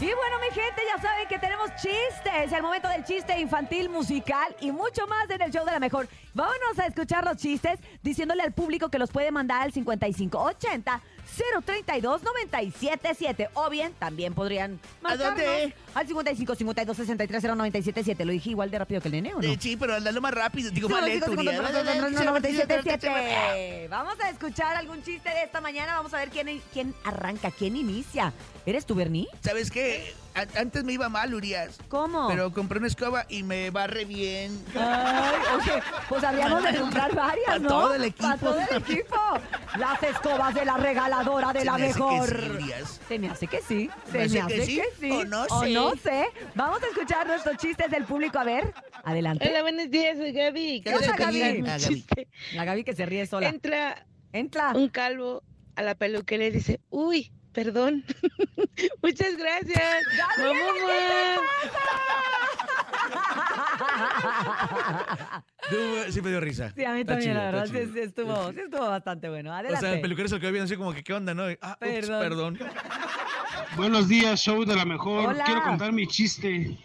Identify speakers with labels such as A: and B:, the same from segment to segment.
A: Y bueno, mi gente, ya saben que tenemos chistes, el momento del chiste infantil, musical y mucho más en el show de la mejor. Vámonos a escuchar los chistes diciéndole al público que los puede mandar al 5580 032 977 o bien también podrían mandarnos
B: dónde?
A: al 55 52 63 0977. Lo dije igual de rápido que el nene, ¿o no?
B: Eh, sí, pero hazlo más rápido. Digo, más lento.
A: Vamos a escuchar algún chiste de esta mañana. Vamos a ver quién, quién arranca, quién inicia. ¿Eres tú, Bernie?
B: ¿Sabes qué? A- Antes me iba mal, Urias.
A: ¿Cómo?
B: Pero compré una escoba y me barre bien.
A: Ay, oye, pues habíamos de comprar varias,
B: Para
A: ¿no?
B: todo el equipo.
A: Para todo el equipo. Las escobas de la regaladora de
B: Se
A: la
B: me hace que
A: mejor.
B: sí, Urias.
A: Se me hace que sí. Se
B: Me
A: me,
B: hace que
A: hace
B: sí, o no
A: O
B: sé.
A: no sé. Vamos a escuchar nuestros chistes del público. A ver, adelante.
C: Hola, buenos días, soy Gaby.
B: ¿Qué onda,
C: Quiero
A: Gaby?
C: contar un
B: Ah, Gaby.
C: chiste.
A: La Gaby que se ríe sola.
C: Entra
A: Entra.
C: un calvo a la peluquería y dice, uy, perdón. Muchas gracias. Mamá,
D: Yo, sí me dio risa.
A: Sí, a mí
D: Está
A: también,
D: chido,
A: la
D: está
A: verdad, sí,
D: chido.
A: sí estuvo, sí estuvo bastante bueno.
D: O sea, el
A: Adelante.
D: peluquero se lo quedó viendo así como que, ¿qué onda, no? Y, Ah, ups,
A: Perdón.
D: perdón.
E: Buenos días, show de la mejor.
A: Hola.
E: Quiero contar mi chiste.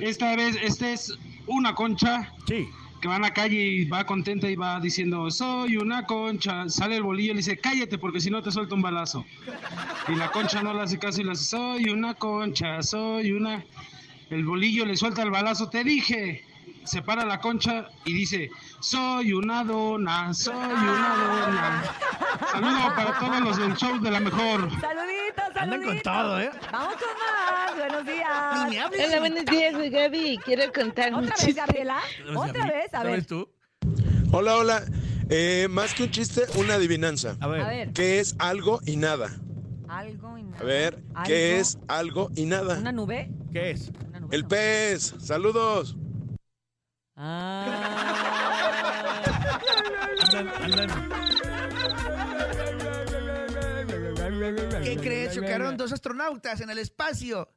E: Esta vez, esta es una concha
D: Sí.
E: que va a la calle y va contenta y va diciendo, soy una concha. Sale el bolillo y le dice, cállate porque si no te suelto un balazo. Y la concha no le hace caso y le hace, soy una concha, soy una... El bolillo le suelta el balazo, te dije. Se para la concha y dice, soy una dona, soy una dona. Saludos para todos los del show de la mejor.
A: Saluditos, saluditos.
D: Andan con todo, ¿eh?
A: Vamos con más. Buenos días.
B: Ni me hables.
C: Hola, buenos días, soy Gaby. Quiero contar un
A: Otra vez,
C: chiste.
A: Gabriela. Otra vez, a ver.
D: ¿Sabes tú?
F: Hola, hola. Eh, más que un chiste, una adivinanza.
D: A ver.
A: A ver.
F: ¿Qué es algo y nada?
A: Algo y nada.
F: A ver,
A: Algo-
F: ¿qué es algo y
A: ¿Una
F: nada?
A: nube?
D: ¿Qué es?
A: Una nube,
F: El
A: ¿no?
F: pez. Saludos.
A: Ah.
D: Andan, andan.
B: ¿Qué crees? Chocaron dos astronautas en el espacio.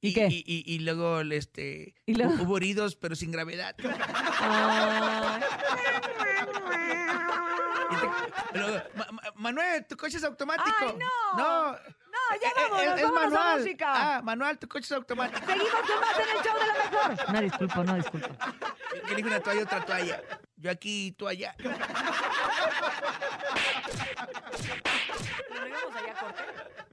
A: ¿Y qué?
B: Y, y- y luego, este,
A: ¿Y luego?
B: hubo heridos, pero sin gravedad.
A: Ah.
B: Pero, Ma- Ma- Manuel, tu coche es automático.
A: ¡Ay, no!
B: No,
A: No, ya
B: eh, eh,
A: vámonos,
B: es
A: vámonos a
B: manual.
A: música.
B: Ah, Manuel, tu coche es automático.
A: Seguimos con más en el show de la mejor. No, disculpa, no, disculpa.
B: Que elige una toalla, otra toalla. Yo aquí y tú allá.
A: Pero no íbamos allá a corte.